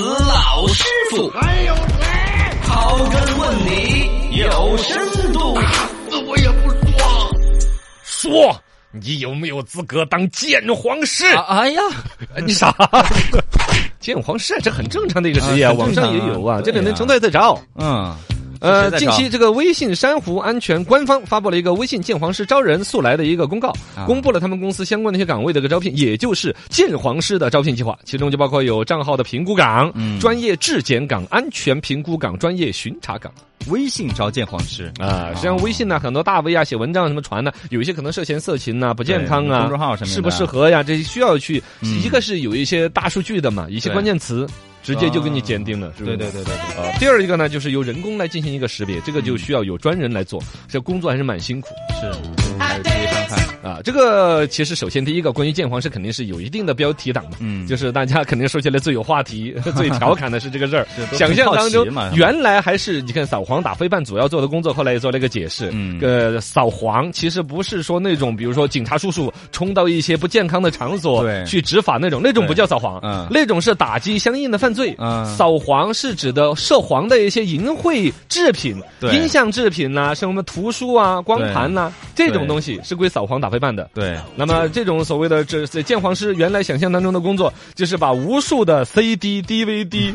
老师傅，还有谁？刨根问底有深度。那我也不说。说你有没有资格当鉴黄师？啊哎呀，你傻？ 鉴黄师这很正常的一个职业，啊很网正常啊上也有啊，对这两天呀成在在找。嗯，呃，在近找期这个微信珊瑚安全官方发布了一个微信鉴黄师招人素来的一个公告，啊公布了他们公司相关的一些岗位的一个招聘，也就是鉴黄师的招聘计划，其中就包括有账号的评估岗、嗯专业质检岗、安全评估岗、专业巡查岗。微信招鉴黄师啊，实际上微信呢，很多大 V 啊写文章什么传呢、有一些可能涉嫌色情呐、不健康对啊，公众号什么的适不适合呀？这些需要去，嗯一个是有一些大数据的嘛，一些对关键词直接就给你啊鉴定了，是不对是？对嗯对对对，啊，第二一个呢，就是由人工来进行一个识别，这个就需要有专人来做，这工作还是蛮辛苦是还有职业伤害，啊。这个其实首先第一个关于鉴黄师肯定是有一定的标题党的，嗯，就是大家肯定说起来最有 话题、最调侃的是这个事儿是都。很想象当好中奇嘛，原来还是你看扫黄打非办主要做的工作，后来也做了一个解释。嗯呃，扫黄其实不是说那种，比如说警察叔叔冲到一些不健康的场所对去执法那种，那种不对叫扫黄嗯，那种是打击相应的犯罪。嗯扫黄是指的涉黄的一些淫秽制品、对音像制品呐，什么图书啊、光盘呐这种对东西是归扫黄打非办的。对，那么这种所谓的这这鉴黄师，原来想象当中的工作，就是把无数的 CD、DVD、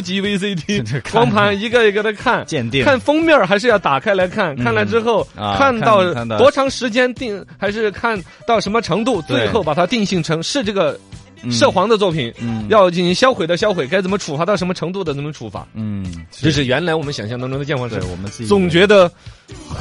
级 VCD 光盘一个一个的看。鉴定看封面儿还是要打开来看，看了之后、啊看到看看到多长时间定，还是看到什么程度，对最后把它定性成是这个嗯涉黄的作品，嗯要进行销毁的销毁，该怎么处罚到什么程度的怎么处罚，嗯，这是原来我们想象当中的鉴黄师对。我们自己总觉得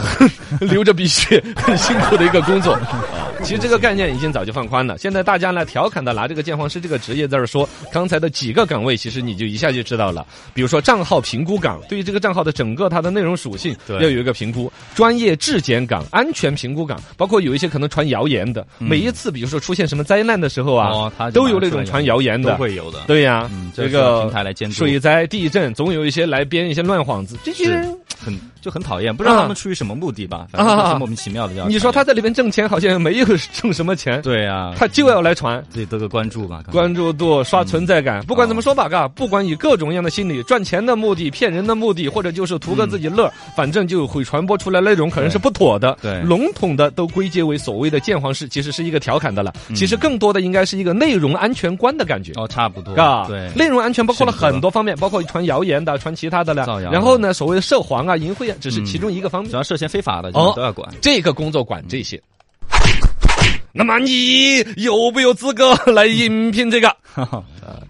流着鼻血 很辛苦的一个工作。啊其实这个概念已经早就放宽了，现在大家呢调侃的拿这个鉴黄师这个职业在这儿说，刚才的几个岗位其实你就一下就知道了，比如说账号评估岗，对于这个账号的整个它的内容属性对要有一个评估，专业质检岗、安全评估岗，包括有一些可能传谣言的，每一次比如说出现什么灾难的时候啊嗯哦他，就都有那种传谣言都的。会有的，对呀、嗯这这是个平台来监督水灾、地震，总有一些来编一些乱幌子，这些是人很就很讨厌，不知道他啊们出于什么目的吧，反正就是莫名其妙的要你说他在里面挣钱，好像没有挣什么钱，对啊，他就要来传。自己得个关注吧，关注度嗯刷存在感，不管啊怎么说吧，嘎，不管以各种各样的心理，赚钱的目的、骗人的目的，或者就是图个自己乐，反正就会传播出来那种可能是不妥的。嗯对笼统的都归结为所谓的鉴黄式，其实是一个调侃的了。其实更多的应该是一个内容安全观的感觉。嗯哦，差不多嘎，对，内容安全包括了很多方面，包括传谣言的、传其他的了造谣。嗯然后呢，所谓的涉黄啊、淫秽啊，只是其中一个方面只。要涉嫌非法的，哦就都要管。这个工作管这些。那么你有没有资格来应聘 这个？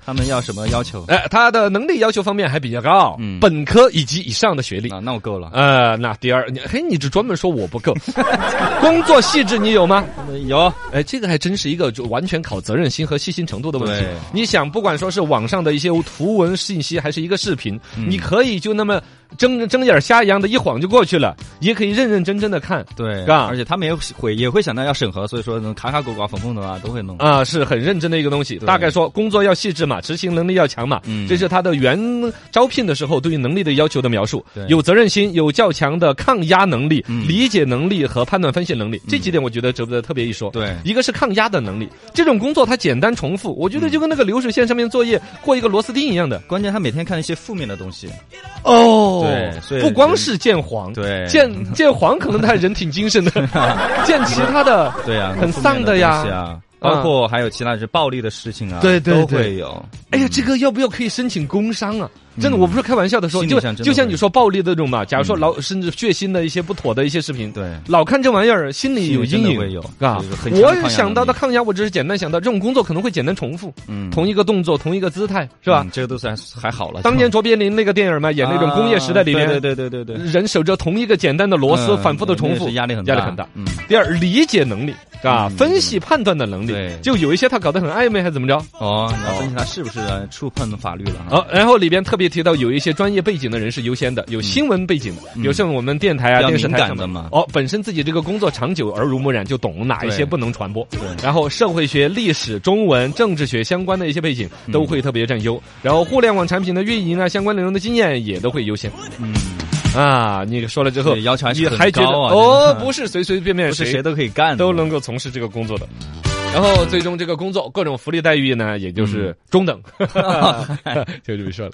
他们要什么要求？哎，他的能力要求方面还比较高，嗯本科以及以上的学历。啊，那我够了。呃，那第二，你嘿，你只专门说我不 够，工作细致你有吗？有，哎，这个还真是一个就完全考责任心和细心程度的问题对。你想，不管说是网上的一些图文信息，还是一个视频，嗯你可以就那么睁睁眼瞎一样的一晃就过去了，也可以认认真真的看。对，嘎而且他们也会也会想到要审核，所以说那种卡卡狗狗啊、缝缝的啊都会弄。啊，是很认真的一个东西。对大概说，工作要细致嘛，执行能力要强嘛，嗯这是他的原招聘的时候对于能力的要求的描述对。有责任心，有较强的抗压能力、嗯理解能力和判断分析能力，这几点我觉得值得特别一说。对一个是抗压的能力，这种工作它简单重复，我觉得就跟那个流水线上面作业过一个螺丝钉一样的。关键他每天看一些负面的东西，哦对所以不光是见黄，对见见黄可能他人挺精神的， 见其他的，对啊，很负面丧的的呀嗯东西啊，包括还有其他就是暴力的事情啊，对对都对会有。哎呀，这个要不要可以申请工伤啊？真的，我不是开玩笑的说，嗯心理就上真的就像你说暴力的那种嘛，假如说嗯老甚至血腥的一些不妥的一些视频，对老看这玩意儿，心里有心里真阴的影，会有啊就是很强的抗压能我力想到的抗压，我只是简单想到这种工作可能会简单重复，嗯，同一个动作，同一个姿态，是吧嗯？这个都算还好了。当年卓别林那个电影嘛，演那种工业时代里面，啊对对对对对对，人守着同一个简单的螺丝，嗯反复的重那复，是压力很压力很大。嗯，第二，理解能力啊，嗯分析判断的能力对，就有一些他搞得很暧昧，还怎么着？哦，你要分析他是不是呃触碰法律了哈？好，然后里边特别提到有一些专业背景的人是优先的，有新闻背景的，有像我们电台嗯啊、比较电视台敏感上面的嘛哦，本身自己这个工作长久耳濡目染，就懂哪一些对不能传播。然后社会学、历史、中文、政治学相关的一些背景嗯都会特别占优。然后互联网产品的运营啊，相关内容的经验也都会优先。嗯，啊，你说了之后对，要求还是你很还觉得高啊哦真，的不是随随便便不是谁都可以干的，都能够从事这个工作的。然后嗯 最终这个工作各种福利待遇呢，也就是中等，就这么说了。